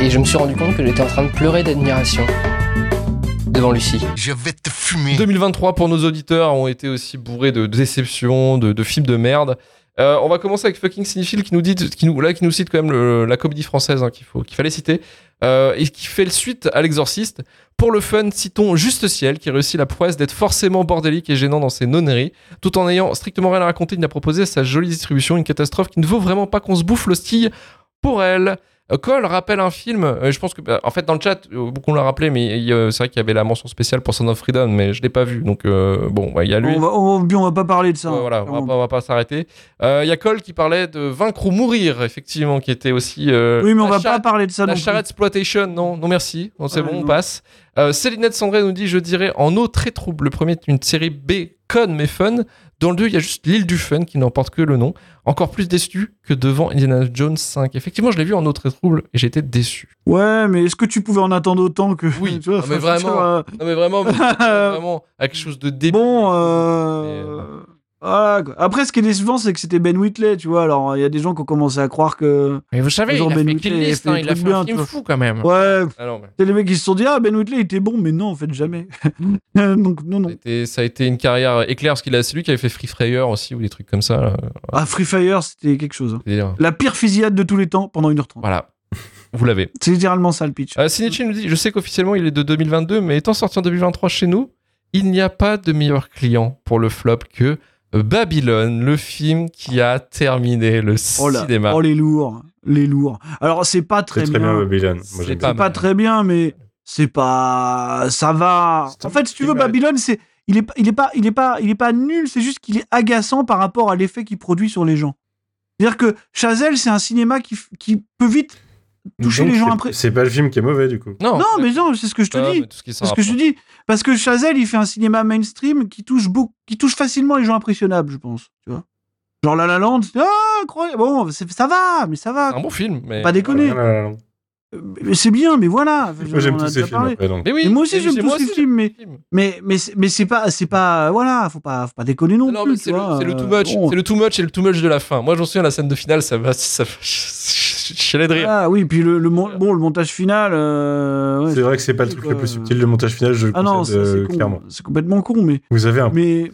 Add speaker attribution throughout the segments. Speaker 1: Et je me suis rendu compte que j'étais en train de pleurer d'admiration devant Lucie.
Speaker 2: Je vais te fumer.
Speaker 3: 2023 pour nos auditeurs ont été aussi bourrés de déceptions, de, de films de merde. Euh, on va commencer avec fucking Cinephile qui nous dit, qui nous, là, qui nous cite quand même le- la comédie française hein, qu'il faut, qu'il fallait citer, euh, et qui fait le suite à l'Exorciste. Pour le fun, citons Juste Ciel qui réussit la prouesse d'être forcément bordélique et gênant dans ses nonneries, tout en ayant strictement rien à raconter. Il n'a proposé à sa jolie distribution une catastrophe qui ne vaut vraiment pas qu'on se bouffe l'hostile pour elle. Euh, Cole rappelle un film, euh, je pense que, bah, en fait, dans le chat, euh, beaucoup l'ont rappelé, mais euh, c'est vrai qu'il y avait la mention spéciale pour Son of Freedom, mais je l'ai pas vu, donc euh, bon, bah, il y a lui.
Speaker 4: On va, on, va- on va pas parler de ça.
Speaker 3: Ouais, voilà, on va
Speaker 4: Vraiment.
Speaker 3: pas, on va pas s'arrêter. Euh, Il y a Cole qui parlait de vaincre ou mourir, effectivement, qui était aussi. euh,
Speaker 4: oui, mais on
Speaker 3: la
Speaker 4: va
Speaker 3: charrette-
Speaker 4: pas parler de ça
Speaker 3: La
Speaker 4: non plus.
Speaker 3: charrette exploitation, non, non merci, non, c'est
Speaker 4: Ouais,
Speaker 3: bon, on
Speaker 4: non.
Speaker 3: passe. Euh, Célinette Sandré nous dit Je dirais en eau très trouble. Le premier est une série B, conne mais fun. Dans le 2, il y a juste l'île du fun qui n'emporte que le nom. Encore plus déçu que devant Indiana Jones 5. Effectivement, je l'ai vu en eau très trouble et j'étais déçu.
Speaker 4: Ouais, mais est-ce que tu pouvais en attendre autant que.
Speaker 3: Oui,
Speaker 4: tu vois,
Speaker 3: non, mais
Speaker 4: enfin,
Speaker 3: vraiment.
Speaker 4: ça,
Speaker 3: Non, mais vraiment, mais-
Speaker 4: euh,
Speaker 3: vraiment, à quelque chose de débile.
Speaker 4: Bon, euh, voilà, quoi. Après, ce qui est décevant, c'est que c'était Ben Whitley, tu vois. Alors, il y a des gens qui ont commencé à croire que.
Speaker 3: Mais vous savez, il
Speaker 4: Bonjour,
Speaker 3: a fait
Speaker 4: Ben
Speaker 3: Kill
Speaker 4: Whitley,
Speaker 3: List,
Speaker 4: il a
Speaker 3: hein,
Speaker 4: fait
Speaker 3: il
Speaker 4: des
Speaker 3: a
Speaker 4: trucs
Speaker 3: fait un
Speaker 4: bien,
Speaker 3: film
Speaker 4: toi.
Speaker 3: fou quand même.
Speaker 4: Ouais,
Speaker 3: Ah non, mais
Speaker 4: c'est les mecs qui se sont dit, ah, Ben Whitley, il était bon, mais non, en fait, jamais. Donc, non,
Speaker 3: ça a
Speaker 4: non.
Speaker 3: été- ça a été une carrière éclair, parce qu'il a, c'est lui qui avait fait Free Fire aussi, ou des trucs comme ça. là.
Speaker 4: Ah, Free Fire, c'était quelque chose. hein.
Speaker 3: C'est-à-dire,
Speaker 4: La pire fusillade de tous les temps pendant 1h30.
Speaker 3: Voilà. Vous l'avez.
Speaker 4: C'est littéralement ça le pitch.
Speaker 3: Euh, Sinichi nous dit Je sais qu'officiellement il est de 2022, mais étant sorti en 2023 chez nous, il n'y a pas de meilleur client pour le flop que euh, Babylone, le film qui a terminé le
Speaker 4: Oh là,
Speaker 3: cinéma.
Speaker 4: oh les lourds, les lourds. Alors c'est pas très,
Speaker 5: C'est très bien,
Speaker 4: bien,
Speaker 5: Babylone.
Speaker 3: C'est
Speaker 5: Moi, j'aime
Speaker 3: pas
Speaker 5: bien.
Speaker 4: c'est pas
Speaker 3: mal.
Speaker 4: très bien, mais c'est pas, ça va.
Speaker 3: C'est
Speaker 4: En fait, si tu veux,
Speaker 3: mal.
Speaker 4: Babylone, c'est, il est, pas- il est pas, il est pas, il est pas nul. C'est juste qu'il est agaçant par rapport à l'effet qu'il produit sur les gens. C'est-à-dire que Chazelle, c'est un cinéma qui, f- qui peut vite toucher
Speaker 5: Donc,
Speaker 4: les gens
Speaker 5: c'est-
Speaker 4: après.
Speaker 5: C'est pas le film qui est mauvais, du coup.
Speaker 3: non,
Speaker 4: Non, mais non, c'est ce que je te
Speaker 3: Ah,
Speaker 4: dis.
Speaker 3: mais tout ce qui s'en
Speaker 4: C'est ce que je te
Speaker 3: rapporte.
Speaker 4: dis. Parce que Chazelle, il fait un cinéma mainstream qui touche beaucoup, qui touche facilement les gens impressionnables, je pense. Tu vois. Genre La La Land, c'est ah, incroyable. Bon, c'est- ça va, mais ça va.
Speaker 3: C'est un bon film, mais.
Speaker 4: Pas déconner.
Speaker 5: Ah, là, là, là.
Speaker 4: Mais C'est bien, mais voilà.
Speaker 5: Moi, j'aime
Speaker 4: On en a
Speaker 5: tous ces
Speaker 4: déjà
Speaker 5: films.
Speaker 4: parlé.
Speaker 5: après, donc.
Speaker 3: Mais oui,
Speaker 4: Mais moi aussi,
Speaker 3: mais
Speaker 4: j'aime
Speaker 3: c'est-
Speaker 4: tous
Speaker 3: moi
Speaker 4: ces
Speaker 3: aussi,
Speaker 4: films, mais,
Speaker 3: j'aime tous ces films.
Speaker 4: mais, mais, c'est- mais c'est pas, c'est pas, voilà, faut pas, faut pas déconner non,
Speaker 3: Non,
Speaker 4: plus.
Speaker 3: mais
Speaker 4: tu
Speaker 3: c'est le,
Speaker 4: vois.
Speaker 3: c'est le too
Speaker 4: Euh,
Speaker 3: much,
Speaker 4: bon.
Speaker 3: c'est le too much et le too much de la fin. Moi, j'en souviens, la scène de finale, ça va, ça va, j'allais de rire.
Speaker 4: Ah oui, puis le, le mon- bon, le montage final. euh, ouais,
Speaker 5: C'est vrai que c'est pas le truc
Speaker 4: quoi.
Speaker 5: le plus subtil, le montage final, je le
Speaker 4: Ah non, c'est
Speaker 5: concède,
Speaker 4: c'est
Speaker 5: euh,
Speaker 4: con.
Speaker 5: clairement.
Speaker 4: C'est complètement con, mais,
Speaker 5: Vous avez un
Speaker 4: mais,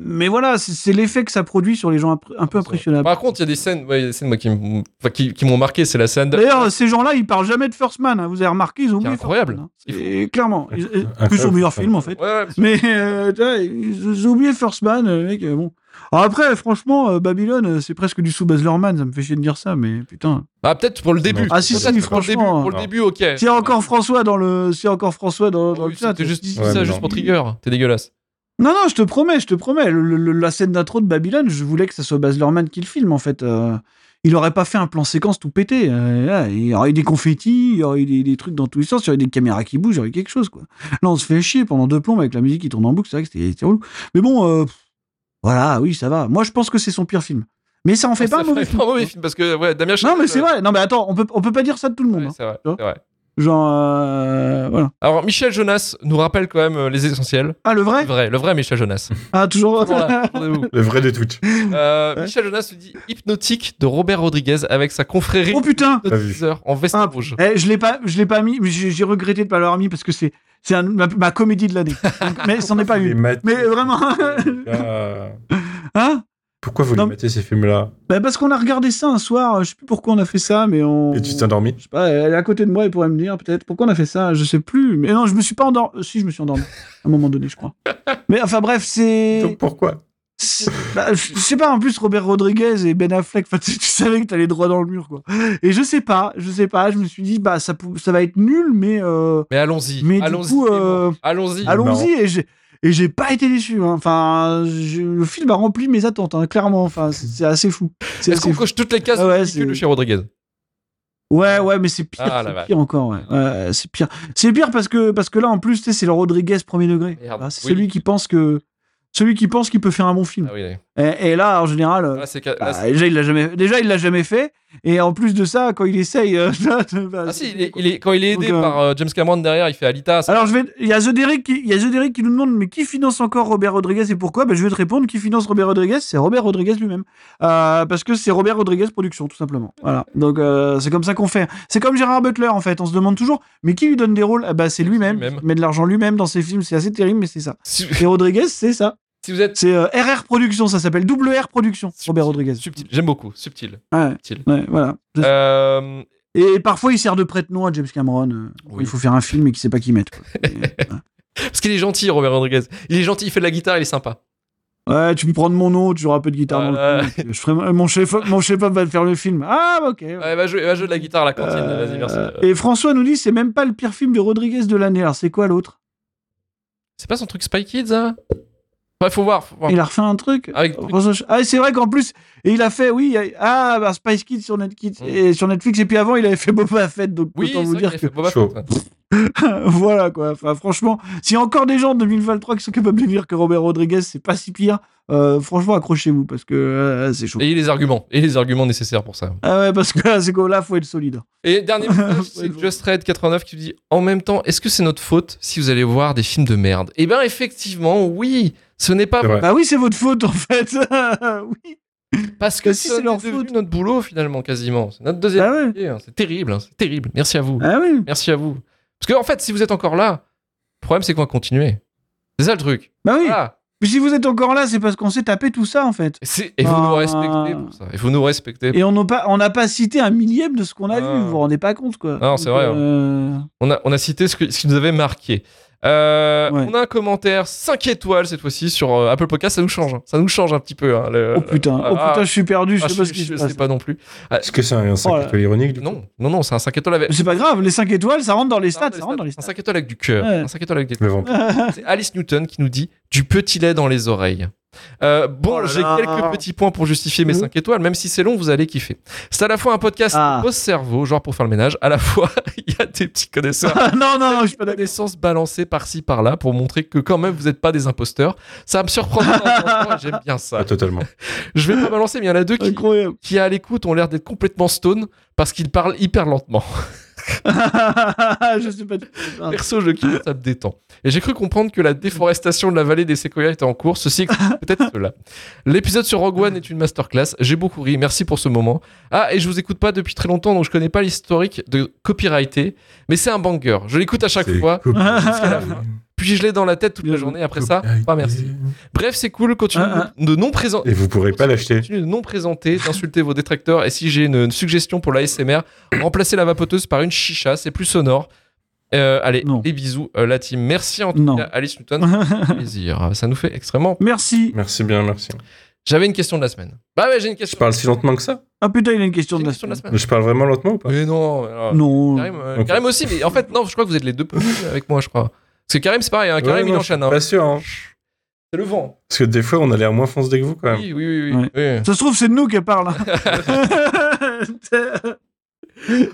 Speaker 4: mais voilà, c'est- c'est l'effet que ça produit sur les gens impr- un peu
Speaker 3: Ah, ça-
Speaker 4: impressionnables.
Speaker 3: Par contre, il y a des scènes, ouais, il y a des scènes moi, qui m- enfin, qui- qui m'ont marqué. C'est la scène. de-
Speaker 4: D'ailleurs, ces gens-là, ils parlent jamais de First Man. hein. Vous avez remarqué, ils ont oublié. First
Speaker 3: incroyable.
Speaker 4: Man, hein.
Speaker 3: Il faut-
Speaker 4: C'est- Clairement, ils-
Speaker 5: Incroyable,
Speaker 4: que son meilleur
Speaker 5: First
Speaker 4: film
Speaker 5: Man.
Speaker 4: en fait.
Speaker 3: Ouais, ouais,
Speaker 4: Mais euh, tu vois, j'ai oublié First Man, euh, mec. euh, Bon. Alors après, franchement, euh, Babylone, euh, c'est presque du sous Baz Luhrmann. Ça me fait chier de dire ça, mais putain.
Speaker 3: Ah, peut-être pour le début.
Speaker 5: Ah,
Speaker 4: si,
Speaker 3: Peut-être
Speaker 4: si,
Speaker 3: pour le début,
Speaker 4: franchement.
Speaker 3: pour le début, ok. Ah
Speaker 4: S'il y a encore François dans le, s'il y a encore François dans, dans
Speaker 3: Oh Oui,
Speaker 4: le chat.
Speaker 3: C'était juste
Speaker 4: dis-
Speaker 5: Ouais,
Speaker 3: ça,
Speaker 5: mais
Speaker 3: juste
Speaker 5: non.
Speaker 3: pour trigger. hein. T'es dégueulasse.
Speaker 4: Non, non, je te promets, je te promets. Le- le- la scène d'intro de Babylone, je voulais que ça soit Baz Luhrmann qui le filme en fait. euh, il aurait pas fait un plan séquence tout pété. euh, là, il y aurait eu des confettis, il y aurait eu des, des trucs dans tous les sens, il y aurait eu des caméras qui bougent, il y aurait eu quelque chose quoi. Là, on se fait chier pendant deux plombs avec la musique qui tourne en boucle. C'est vrai que c'était c'était relou. Mais bon, euh, pff, voilà, oui, ça va. Moi, je pense que c'est son pire film. Mais ça en fait
Speaker 3: Ça
Speaker 4: pas un mauvais
Speaker 3: ferait
Speaker 4: film.
Speaker 3: pas un mauvais film parce que ouais, Damien
Speaker 4: Non,
Speaker 3: Chazelle,
Speaker 4: mais c'est
Speaker 3: euh,
Speaker 4: vrai. Non, mais attends, on peut, on peut pas dire ça de tout le monde.
Speaker 3: ouais,
Speaker 4: hein.
Speaker 3: c'est vrai,
Speaker 4: Tu vois.
Speaker 3: c'est vrai.
Speaker 4: Genre, euh, voilà.
Speaker 3: Alors, Michel Jonas nous rappelle quand même euh, les essentiels.
Speaker 4: Ah, le vrai
Speaker 3: Le vrai, le vrai Michel Jonas.
Speaker 4: Ah, toujours.
Speaker 3: Voilà, rendez-vous.
Speaker 5: Le vrai de Twitch.
Speaker 3: Euh,
Speaker 4: Ouais.
Speaker 3: Michel Jonas nous dit Hypnotique de Robert Rodriguez avec sa confrérie
Speaker 4: oh putain
Speaker 3: de
Speaker 5: Pas vu.
Speaker 3: teaser en veste
Speaker 4: Ah,
Speaker 3: rouge.
Speaker 4: Eh, je l'ai pas, je l'ai pas mis, mais j'ai j'ai regretté de pas l'avoir mis parce que c'est, c'est un- ma, ma comédie de l'année. Donc, mais c'en est pas
Speaker 5: Les
Speaker 4: une.
Speaker 5: mater-
Speaker 4: Ah Mais vraiment.
Speaker 5: Ah,
Speaker 4: Hein
Speaker 5: Pourquoi vous
Speaker 4: Non,
Speaker 5: les
Speaker 4: mais-
Speaker 5: matez ces films-là
Speaker 4: bah, parce qu'on a regardé ça un soir. Je sais plus pourquoi on a fait ça, mais on.
Speaker 5: Et tu t'es endormi
Speaker 4: Je sais pas. Elle est à côté de moi et pourrait me dire peut-être pourquoi on a fait ça. Je sais plus. Mais non, je me suis pas endormi. Si, je me suis endormi à un moment donné, je crois. Mais enfin bref, c'est.
Speaker 5: Donc pourquoi
Speaker 4: c'est- bah, je sais pas. En plus, Robert Rodriguez et Ben Affleck. Enfin, tu, tu savais que t'allais droit dans le mur, quoi. Et je sais pas, je sais pas. Je me suis dit bah ça, pou- ça va être nul, mais. euh,
Speaker 3: Mais allons-y.
Speaker 4: Mais du
Speaker 3: allons-y.
Speaker 4: coup, euh,
Speaker 3: Emo. Allons-y.
Speaker 5: Allons- marrant.
Speaker 4: Allons-y et j'ai et j'ai pas été déçu. hein. Enfin, je- le film a rempli mes attentes, hein, clairement. Enfin, c'est c'est assez fou.
Speaker 3: Est-ce
Speaker 4: C'est assez
Speaker 3: qu'on
Speaker 4: fou.
Speaker 3: coche toutes les cases
Speaker 4: Ah ouais,
Speaker 3: du cul de
Speaker 4: c'est-
Speaker 3: chez Rodriguez
Speaker 4: Ouais, ouais, mais c'est pire,
Speaker 3: Ah, la
Speaker 4: c'est
Speaker 3: vache.
Speaker 4: pire encore. Ouais. Ouais, c'est pire, c'est pire parce que parce que là en plus, tu sais, c'est le Rodriguez premier degré.
Speaker 3: Merde,
Speaker 4: Ah, c'est
Speaker 3: oui.
Speaker 4: celui qui pense que celui qui pense qu'il peut faire un bon film.
Speaker 3: Ah oui, là,
Speaker 4: Et, et là, en général, euh,
Speaker 3: là, c'est ca- là,
Speaker 4: bah,
Speaker 3: c'est-
Speaker 4: déjà il l'a jamais, déjà il l'a jamais fait. Et en plus de ça, quand il essaye, euh, bah,
Speaker 3: Ah si,
Speaker 4: c'est-
Speaker 3: il est, il est- quand il est aidé
Speaker 4: Donc, euh,
Speaker 3: par euh, James Cameron derrière, il fait Alita. ça-
Speaker 4: Alors je vais, il y a The Derrick qui, il y a The Derrick qui nous demande mais qui finance encore Robert Rodriguez et pourquoi Ben je vais te répondre qui finance Robert Rodriguez, c'est Robert Rodriguez lui-même, Euh, parce que c'est Robert Rodriguez Productions tout simplement. Voilà, donc euh, c'est comme ça qu'on fait. C'est comme Gérard Butler en fait, on se demande toujours mais qui lui donne des rôles Ah bah c'est lui-même,
Speaker 3: lui-même.
Speaker 4: il met de l'argent lui-même dans ses films, c'est assez terrible mais c'est ça.
Speaker 3: Si,
Speaker 4: Et Rodriguez c'est ça,
Speaker 3: si vous êtes
Speaker 4: c'est euh, RR Productions, ça s'appelle WR Productions. Robert Rodriguez.
Speaker 3: subtil, j'aime beaucoup, subtil.
Speaker 4: Ouais,
Speaker 3: subtil.
Speaker 4: ouais, voilà.
Speaker 3: Euh,
Speaker 4: Et parfois il sert de prête-nom à James Cameron. euh,
Speaker 3: Oui.
Speaker 4: Il faut faire un film et qu'il sait pas qui mettre. quoi.
Speaker 3: parce qu'il est gentil, Robert Rodriguez. Il est gentil, il fait de la guitare, il est sympa. Euh,
Speaker 4: Ouais, tu peux prendre mon nom, tu auras un peu de guitare. dans le
Speaker 3: Voilà.
Speaker 4: film, et puis je ferai mon chef, mon chef va faire le film. Ah, bah, ok. ouais.
Speaker 3: Ouais, va, jouer, va jouer de la guitare à la cantine,
Speaker 4: Euh,
Speaker 3: vas-y, merci.
Speaker 4: euh, et François nous dit c'est même pas le pire film de Rodriguez de l'année. Alors c'est quoi l'autre
Speaker 3: C'est pas son truc Spy Kids, hein Ouais, faut voir, faut voir.
Speaker 4: Il a refait un truc.
Speaker 3: Avec-
Speaker 4: François Ch- Ah c'est vrai qu'en plus et il a fait oui il a- ah bah, Spice Kids sur Netflix
Speaker 3: Mm.
Speaker 4: et sur Netflix et puis avant il avait fait Boba Fett donc
Speaker 3: Oui,
Speaker 4: autant vous
Speaker 3: c'est vrai
Speaker 4: dire
Speaker 3: qu'il
Speaker 4: que
Speaker 3: a fait Boba
Speaker 5: Chaud.
Speaker 3: Fett.
Speaker 4: voilà quoi. Enfin franchement s'il y a encore des gens en 2023 qui sont capables de dire que Robert Rodriguez c'est pas si pire euh, franchement accrochez-vous parce que euh, c'est chaud.
Speaker 3: Et les arguments, et les arguments nécessaires pour ça.
Speaker 4: Ah ouais parce que là c'est quoi là faut être solide.
Speaker 3: Et dernier message, c'est
Speaker 4: Ouais,
Speaker 3: Just Red 89 qui dit en même temps, est-ce que c'est notre faute si vous allez voir des films de merde Eh ben effectivement, oui. Ce n'est pas
Speaker 5: C'est vrai.
Speaker 4: Bah oui, c'est votre faute en fait. oui.
Speaker 3: parce que
Speaker 4: Bah si,
Speaker 3: ça
Speaker 4: c'est leur
Speaker 3: est devenu
Speaker 4: faute.
Speaker 3: notre boulot finalement quasiment. C'est notre deuxième.
Speaker 4: Ah ouais.
Speaker 3: métier, hein. C'est terrible, hein, c'est terrible. Merci à vous.
Speaker 4: Ah oui.
Speaker 3: Merci à vous. Parce que en fait, si vous êtes encore là, le problème c'est qu'on va continuer. C'est ça le truc.
Speaker 4: Bah oui.
Speaker 3: Ah,
Speaker 4: Mais si vous êtes encore là, c'est parce qu'on s'est tapé tout ça en fait.
Speaker 3: et c'est- et vous nous
Speaker 4: Ah.
Speaker 3: respectez pour ça. Il faut nous respecter.
Speaker 4: Et on n'a pas, on n'a pas cité un millième de ce qu'on a
Speaker 3: Ah.
Speaker 4: vu. Vous vous rendez pas compte quoi.
Speaker 3: Non, c'est
Speaker 4: Donc,
Speaker 3: vrai, hein.
Speaker 4: euh,
Speaker 3: On a, on a cité ce, que- ce qui nous avait marqué. Euh,
Speaker 4: Ouais.
Speaker 3: On a un commentaire 5 étoiles cette fois-ci sur euh, Apple Podcast. Ça nous change. hein. Ça nous change un petit peu. hein, le-
Speaker 4: Oh putain.
Speaker 3: Ah,
Speaker 4: oh putain, je suis perdu. Je
Speaker 3: ah,
Speaker 4: sais pas ce qui se
Speaker 3: sais
Speaker 4: passe.
Speaker 3: pas non plus.
Speaker 5: Est-ce que c'est un 5
Speaker 4: Oh là.
Speaker 5: étoiles ironique du coup
Speaker 3: Non, non, non, c'est un 5 étoiles avec.
Speaker 4: Mais C'est pas grave. Les 5 étoiles, ça rentre dans les stats. Ça rentre dans les
Speaker 3: Un
Speaker 4: stats.
Speaker 3: 5 étoiles avec du cœur.
Speaker 4: Ouais.
Speaker 3: Un 5 étoiles avec des.
Speaker 5: Le vampire.
Speaker 3: C'est Alice Newton qui nous dit du petit lait dans les oreilles. Euh, bon,
Speaker 4: Oh là
Speaker 3: j'ai
Speaker 4: là.
Speaker 3: quelques petits points pour justifier mes
Speaker 4: Mhm.
Speaker 3: 5 étoiles, même si c'est long, vous allez kiffer. C'est à la fois un podcast
Speaker 4: Ah.
Speaker 3: post-cerveau, genre pour faire le ménage, à la fois il y a des petits connaisseurs
Speaker 4: Ah, non, non, non, je suis pas d'accord.
Speaker 3: connaissances balancées par-ci par-là pour montrer que quand même vous n'êtes pas des imposteurs. Ça me surprend. de temps en temps, et J'aime bien ça.
Speaker 5: Ah, totalement.
Speaker 3: Je vais pas balancer, mais il y en a deux qui,
Speaker 4: Incroyable.
Speaker 3: qui à l'écoute ont l'air d'être complètement stone parce qu'ils parlent hyper lentement.
Speaker 4: je sais pas. Ah,
Speaker 3: Perso, je kiffe, ça me détend. Et j'ai cru comprendre que la déforestation de la vallée des séquoias était en cours. Ceci explique peut-être cela. L'épisode sur Rogue One est une masterclass. J'ai beaucoup ri. Merci pour ce moment. Ah, et je vous écoute pas depuis très longtemps, donc je connais pas l'historique de copyrighté, mais c'est un banger. Je l'écoute à chaque
Speaker 5: C'est
Speaker 3: fois,
Speaker 5: cool.
Speaker 3: jusqu'à la fin. Puis je l'ai dans la tête toute la
Speaker 4: Bien
Speaker 3: journée. Après ça, pas merci. Bref, c'est cool. Continue
Speaker 4: Ah,
Speaker 3: de non présenter.
Speaker 5: Et vous pourrez pas l'acheter.
Speaker 3: Continue de non présenter, d'insulter vos détracteurs. Et si j'ai une, une suggestion pour l'ASMR, remplacez la vapoteuse par une chicha, c'est plus sonore. Euh, allez,
Speaker 4: Non.
Speaker 3: et bisous, euh, la team. Merci en tout
Speaker 4: Non.
Speaker 3: cas, Alice Newton. plaisir. Ah, Ça nous fait extrêmement.
Speaker 4: Merci.
Speaker 5: Merci bien, merci.
Speaker 3: J'avais une question de la semaine. Bah ouais, j'ai une
Speaker 5: Je
Speaker 3: question.
Speaker 5: parle si lentement que ça
Speaker 4: Ah putain, il a une
Speaker 3: J'ai
Speaker 4: question de
Speaker 3: une
Speaker 4: la
Speaker 3: question de la
Speaker 4: semaine.
Speaker 3: semaine.
Speaker 5: Je parle vraiment lentement ou pas
Speaker 3: Mais non. alors,
Speaker 4: Non.
Speaker 3: Karim, euh,
Speaker 5: Ok.
Speaker 3: Karim aussi, mais en fait, non, je crois que vous êtes les deux premiers avec moi, je crois. Parce que Karim, c'est pareil, hein,
Speaker 5: Ouais,
Speaker 3: Karim, il
Speaker 5: non, je suis
Speaker 3: enchaîne. hein.
Speaker 5: Pas sûr, hein.
Speaker 3: C'est le vent.
Speaker 5: Parce que des fois, on a l'air moins foncé que vous quand même.
Speaker 3: Oui, oui, oui. oui, oui.
Speaker 4: Ça se trouve, c'est de nous qu'elle parle. C'est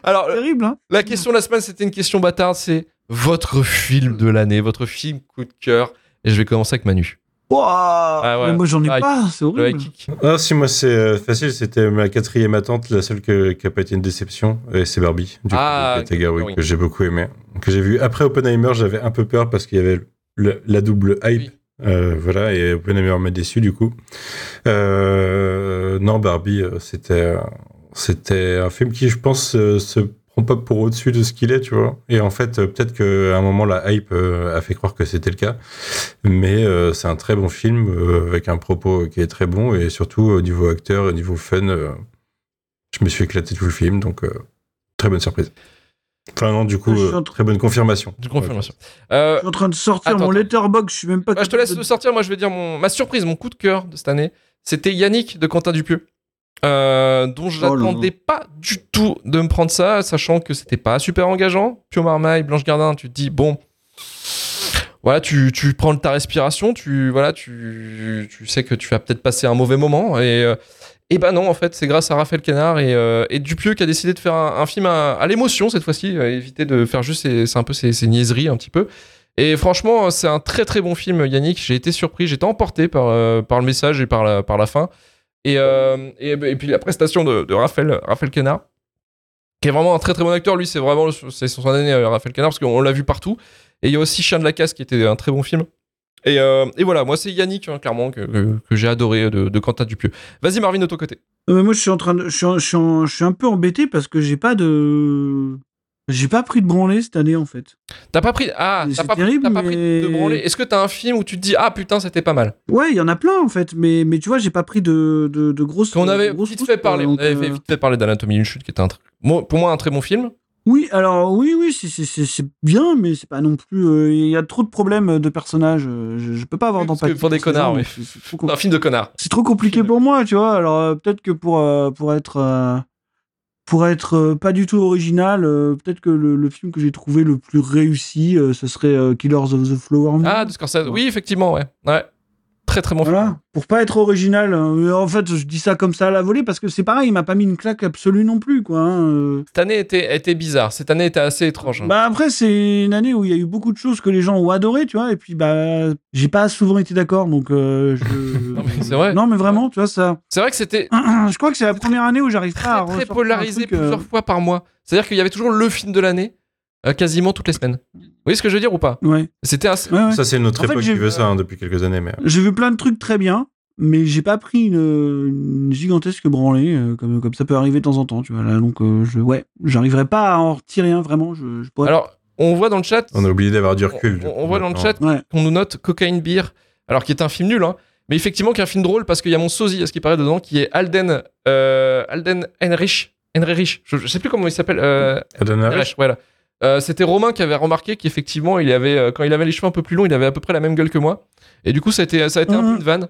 Speaker 3: Alors,
Speaker 4: Terrible, hein
Speaker 3: La question de la semaine, c'était une question bâtarde, c'est votre film de l'année, votre film coup de cœur. Et je vais commencer avec Manu.
Speaker 4: Ouah,
Speaker 3: Ah ouais.
Speaker 4: mais moi j'en ai
Speaker 3: Le high-
Speaker 4: pas, c'est
Speaker 3: Le high
Speaker 4: horrible.
Speaker 3: kick.
Speaker 5: Ah, si, moi, c'est euh, facile. C'était ma quatrième attente, la seule que- qui a pas été une déception. Et c'est Barbie, du
Speaker 3: Ah,
Speaker 5: coup, de Greta Gerwig,
Speaker 3: oui.
Speaker 5: que j'ai beaucoup aimé. Que j'ai vu après Oppenheimer, j'avais un peu peur parce qu'il y avait le- la double hype. Euh, voilà, et Oppenheimer m'a déçu, du coup. Euh, non, Barbie, euh, c'était, c'était un film qui, je pense, euh, se prend pas pour au-dessus de ce qu'il est, tu vois. Et en fait, euh, peut-être qu'à un moment, la hype euh, a fait croire que c'était le cas. Mais euh, c'est un très bon film euh, avec un propos qui est très bon et surtout au niveau acteur, au niveau fun, euh, je me suis éclaté tout le film, donc euh, très bonne surprise. Enfin non, du coup,
Speaker 4: Je suis
Speaker 5: euh,
Speaker 4: en train-
Speaker 5: très bonne confirmation.
Speaker 3: Du confirmation. Euh,
Speaker 4: Je suis en train de sortir
Speaker 3: Attends,
Speaker 4: mon
Speaker 3: attends.
Speaker 4: letterbox, je suis même pas.
Speaker 3: bah, je te laisse le sortir, moi je vais dire mon, ma surprise, mon coup de cœur de cette année. C'était Yannick de Quentin Dupieux. euh, dont je
Speaker 4: Oh là là.
Speaker 3: n'attendais pas du tout de me prendre ça, sachant que c'était pas super engageant. Pio Marmaille, Blanche Gardin, tu te dis, bon, voilà, tu, tu prends ta respiration, tu voilà, tu, tu sais que tu vas peut-être passer un mauvais moment et euh, et ben non, en fait, c'est grâce à Raphaël Canard et, euh, et Dupieux qui a décidé de faire un, un film à, à l'émotion cette fois-ci, euh, éviter de faire juste ses- c'est un peu ses, ses niaiseries un petit peu. Et franchement, c'est un très très bon film, Yannick. J'ai été surpris, j'étais emporté par, euh, par le message et par la, par la fin. Et, euh, et, et puis la prestation de, de Raphaël, Raphaël Canard, qui est vraiment un très très bon acteur. Lui, c'est vraiment le- c'est son année, euh, Raphaël Canard, parce qu'on l'a vu partout. Et il y a aussi Chien de la Casse, qui était un très bon film. Et, euh, et voilà, moi c'est Yannick, hein, clairement, que, que- que j'ai adoré de, de Quentin Dupieux. Vas-y, Marvin, de ton côté.
Speaker 4: Non, mais moi, je suis en train de, je suis, en- je suis en- je suis un peu embêté parce que j'ai pas de, j'ai pas pris de branlée cette année en fait.
Speaker 3: T'as pas pris. Ah,
Speaker 4: Mais
Speaker 3: t'as
Speaker 4: c'est
Speaker 3: pas, pris-
Speaker 4: terrible,
Speaker 3: t'as pas pris de
Speaker 4: mais-
Speaker 3: branlée. Est-ce que t'as un film où tu te dis, ah putain, c'était pas mal
Speaker 4: Ouais, il y en a plein en fait, mais, mais tu vois, j'ai pas pris de, de, de grosses.
Speaker 3: Parce qu'on avait
Speaker 4: grosses
Speaker 3: vite
Speaker 4: pousses,
Speaker 3: fait
Speaker 4: Euh, quoi,
Speaker 3: parler. On
Speaker 4: donc,
Speaker 3: avait fait
Speaker 4: euh,
Speaker 3: vite fait parler d'Anatomie d'une chute, qui était un tr- moi- pour moi un très bon film.
Speaker 4: Oui, alors oui, oui, c'est- c'est- c'est c'est bien, mais c'est pas non plus. euh, Il y a trop de problèmes de personnages. euh, Je, je peux pas avoir
Speaker 3: Oui, parce
Speaker 4: d'empathie.
Speaker 3: que pour des
Speaker 4: ces gens,
Speaker 3: connards,
Speaker 4: donc
Speaker 3: oui.
Speaker 4: c'est- c'est trop com-
Speaker 3: Un film de connard.
Speaker 4: C'est trop compliqué pour moi, tu vois. Alors euh, peut-être que pour euh, pour être euh, pour être euh, pas du tout original, euh, peut-être que le, le film que j'ai trouvé le plus réussi, euh, ce serait euh, Killers of the Flower Moon.
Speaker 3: Ah, de Scorsese. Oui, effectivement, ouais. Ouais. Très très bon film.
Speaker 4: Voilà, pour pas être original. hein. Mais En fait, je dis ça comme ça à la volée parce que c'est pareil, il m'a pas mis une claque absolue non plus, quoi. hein, euh.
Speaker 3: Cette année était, était bizarre. Cette année était assez étrange. hein.
Speaker 4: Bah après, c'est une année où il y a eu beaucoup de choses que les gens ont adoré, tu vois, et puis bah j'ai pas souvent été d'accord, donc euh, je.
Speaker 3: Non, mais c'est vrai.
Speaker 4: Non, mais vraiment, tu vois ça.
Speaker 3: C'est vrai que c'était
Speaker 4: je crois que c'est la première année où j'arrive pas
Speaker 3: très,
Speaker 4: à
Speaker 3: très
Speaker 4: ressortir un
Speaker 3: polarisé
Speaker 4: truc, euh,
Speaker 3: plusieurs fois par mois. C'est-à-dire qu'il y avait toujours le film de l'année, euh, quasiment toutes les semaines. Vous voyez ce que je veux dire ou pas
Speaker 4: Ouais.
Speaker 3: C'était assez...
Speaker 4: ouais, ouais.
Speaker 5: Ça, c'est notre
Speaker 4: En fait,
Speaker 5: époque
Speaker 4: j'ai-
Speaker 5: qui veut ça hein, depuis quelques années. Mais...
Speaker 4: J'ai vu plein de trucs très bien, mais j'ai pas pris une, une gigantesque branlée, euh, comme, comme ça peut arriver de temps en temps, tu vois. Là, donc, euh, je, ouais, j'arriverai pas à en retirer un, vraiment. Je, je pourrais-
Speaker 3: Alors, on voit dans le chat.
Speaker 5: On a oublié d'avoir du
Speaker 3: On-
Speaker 5: recul. du
Speaker 3: On,
Speaker 5: coup,
Speaker 3: on voit dans le
Speaker 5: maintenant.
Speaker 3: chat
Speaker 4: Ouais.
Speaker 3: qu'on nous note Cocaine Beer, alors qui est un film nul, hein, mais effectivement qui est un film drôle parce qu'il y a mon sosie, à ce qui paraît dedans, qui est Alden, euh, Alden Henrich. Henrich, je, je sais plus comment il s'appelle. euh,
Speaker 5: Adana-
Speaker 3: Henrich, voilà. Euh, C'était Romain qui avait remarqué qu'effectivement, il avait, euh, quand il avait les cheveux un peu plus longs, il avait à peu près la même gueule que moi. Et du coup, ça a été, ça a été un
Speaker 4: Mhm.
Speaker 3: peu une vanne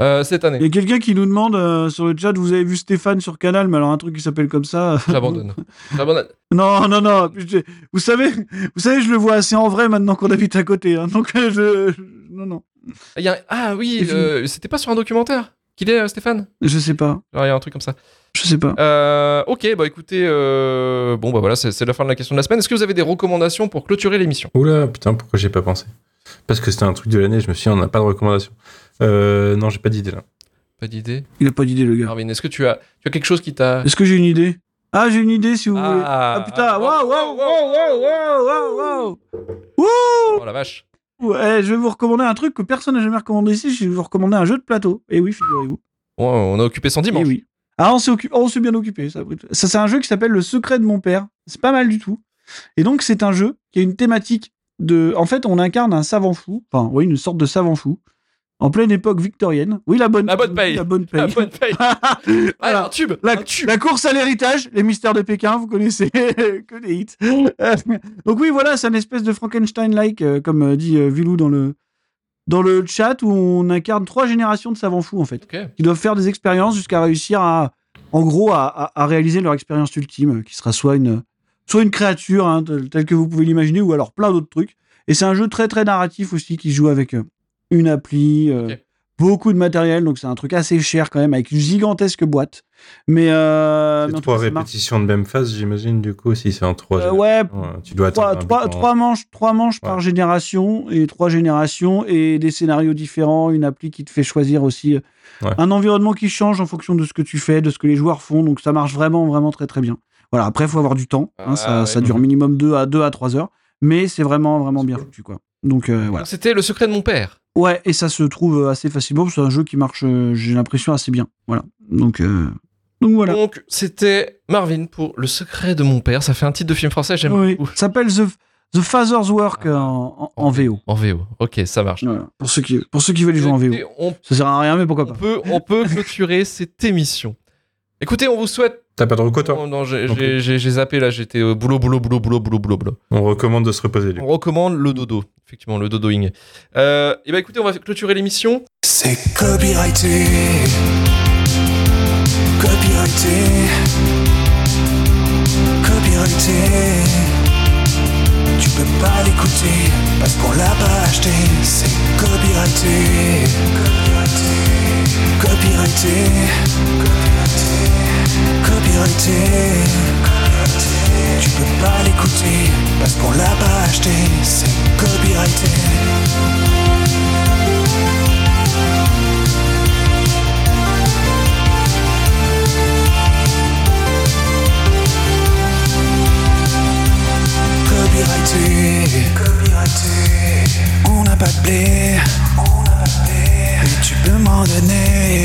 Speaker 3: euh, cette
Speaker 4: Il y
Speaker 3: année.
Speaker 4: a quelqu'un qui nous demande euh, sur le chat, vous avez vu Stéphane sur Canal, mais alors un truc qui s'appelle comme ça. euh,
Speaker 3: J'abandonne. J'abandonne.
Speaker 4: non, non, non. je- vous savez, vous savez, je le vois assez en vrai maintenant qu'on habite à côté. hein, donc, euh, je, non, non,
Speaker 3: Il y a un- Ah oui,
Speaker 4: Et je-
Speaker 3: euh, c'était pas sur un documentaire qu'il est, euh, Stéphane
Speaker 4: je sais pas,
Speaker 3: Alors, Il y a un truc comme ça.
Speaker 4: je sais pas.
Speaker 3: Euh, ok, bah écoutez, euh, bon bah voilà, c'est c'est la fin de la question de la semaine. Est-ce que vous avez des recommandations pour clôturer l'émission
Speaker 5: Oula, putain, pourquoi j'ai pas pensé Parce que c'était un truc de l'année, je me suis dit, on n'a pas de recommandation. Euh, non, j'ai pas d'idée là.
Speaker 3: Pas d'idée.
Speaker 4: Il a pas d'idée, le gars.
Speaker 3: Marvin, est-ce que tu as, tu as quelque chose qui t'a
Speaker 4: Est-ce que j'ai une idée Ah, j'ai une idée, si vous voulez. Ah putain, waouh, waouh, waouh, waouh, waouh, waouh, waouh. Wouh
Speaker 3: Oh la vache.
Speaker 4: Ouais, je vais vous recommander un truc que personne n'a jamais recommandé ici. Je vais vous recommander un jeu de plateau. Et oui, figurez-vous.
Speaker 3: Bon, on a occupé 110
Speaker 4: Eh
Speaker 3: dimanche.
Speaker 4: oui. Ah, on s'est occu- on s'est bien occupé. Ça, brut. ça c'est un jeu qui s'appelle Le Secret de mon père. C'est pas mal du tout. Et donc, c'est un jeu qui a une thématique de. En fait, on incarne un savant fou. Enfin, oui, une sorte de savant fou. En pleine époque victorienne. Oui, la bonne
Speaker 3: La bonne paye.
Speaker 4: La bonne paye.
Speaker 3: Ah, bonne paye.
Speaker 4: Voilà.
Speaker 3: Ah, un tube.
Speaker 4: La,
Speaker 3: un tube.
Speaker 4: la course à l'héritage, les mystères de Pékin, vous connaissez que des hits. Euh, Donc oui, voilà, c'est une espèce de Frankenstein-like, euh, comme euh, dit euh, Vilou dans le, dans le chat, où on incarne trois générations de savants fous, en fait,
Speaker 3: Ok.
Speaker 4: qui doivent faire des expériences jusqu'à réussir à, en gros, à, à- à réaliser leur expérience ultime, euh, qui sera soit une, soit une créature, hein, telle telle que vous pouvez l'imaginer, ou alors plein d'autres trucs. Et c'est un jeu très, très narratif aussi, qui se joue avec euh, une appli, euh,
Speaker 3: Ok.
Speaker 4: beaucoup de matériel, donc c'est un truc assez cher quand même, avec une gigantesque boîte. Mais, euh, mais en
Speaker 5: C'est
Speaker 4: tout
Speaker 5: trois
Speaker 4: cas, ça marche.
Speaker 5: répétitions de même phase, j'imagine, du coup, si c'est en trois.
Speaker 4: Euh,
Speaker 5: générations,
Speaker 4: ouais,
Speaker 5: euh, tu dois
Speaker 4: trois,
Speaker 5: attendre. un
Speaker 4: trois-
Speaker 5: bout de temps.
Speaker 4: trois manches, trois manches
Speaker 5: Ouais.
Speaker 4: par génération et trois générations et des scénarios différents, une appli qui te fait choisir aussi euh,
Speaker 5: Ouais.
Speaker 4: un environnement qui change en fonction de ce que tu fais, de ce que les joueurs font. Donc ça marche vraiment, vraiment très très bien. Voilà, après, il faut avoir du temps. hein,
Speaker 3: Ah
Speaker 4: ça,
Speaker 3: ouais.
Speaker 4: ça dure
Speaker 5: Mhm.
Speaker 4: minimum 2 à 2 à 3 heures. Mais c'est vraiment, vraiment bien foutu, quoi. Donc euh, voilà.
Speaker 3: Donc, C'était le secret de mon père.
Speaker 4: Ouais, et ça se trouve euh, assez facilement. C'est un jeu qui marche, euh, j'ai l'impression, assez bien. Voilà. Donc, euh, Donc voilà.
Speaker 3: Donc c'était Marvin pour le secret de mon père. Ça fait un titre de film français. J'aime
Speaker 4: Oui,
Speaker 3: beaucoup.
Speaker 4: ça s'appelle The, The Father's Work
Speaker 3: Ah.
Speaker 4: euh, en, en- en VO.
Speaker 3: En VO. Ok, ça marche.
Speaker 4: Voilà. Pour, ceux qui, pour ceux qui veulent y jouer en VO.
Speaker 3: Écoutez, on,
Speaker 4: Ça sert à rien, mais pourquoi
Speaker 3: on
Speaker 4: pas.
Speaker 3: peut, on peut clôturer cette émission. Écoutez, on vous souhaite
Speaker 5: hein. T'as pas de recours, toi
Speaker 3: Oh non, j'ai- j'ai
Speaker 5: Non plus.
Speaker 3: j'ai- j'ai zappé là, j'étais au boulot, boulot, boulot, boulot, boulot, boulot, boulot.
Speaker 5: On recommande de se reposer, du
Speaker 3: On
Speaker 5: coup.
Speaker 3: recommande le dodo, effectivement, le dodoing. Euh, et bah écoutez, on va clôturer l'émission.
Speaker 2: C'est copyrighté. Copyrighté. Copyrighté. Tu peux peux pas l'écouter Parce qu'on l'a pas acheté C'est copyrighté Copyrighté Copyrighté Copyrighté Copyrighté Tu peux pas l'écouter Parce qu'on l'a pas acheté C'est copyrighté Copyrighté, copyrighté. On n'a pas de blé, on n'a pas de blé. Et tu peux m'en donner,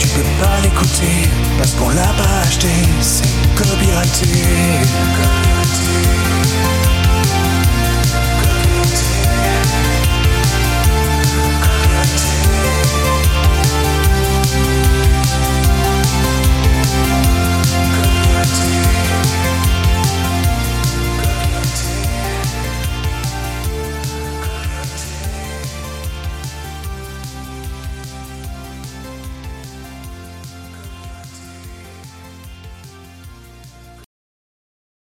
Speaker 2: tu peux pas l'écouter parce qu'on l'a pas acheté, c'est copyrighté. Copyrighté,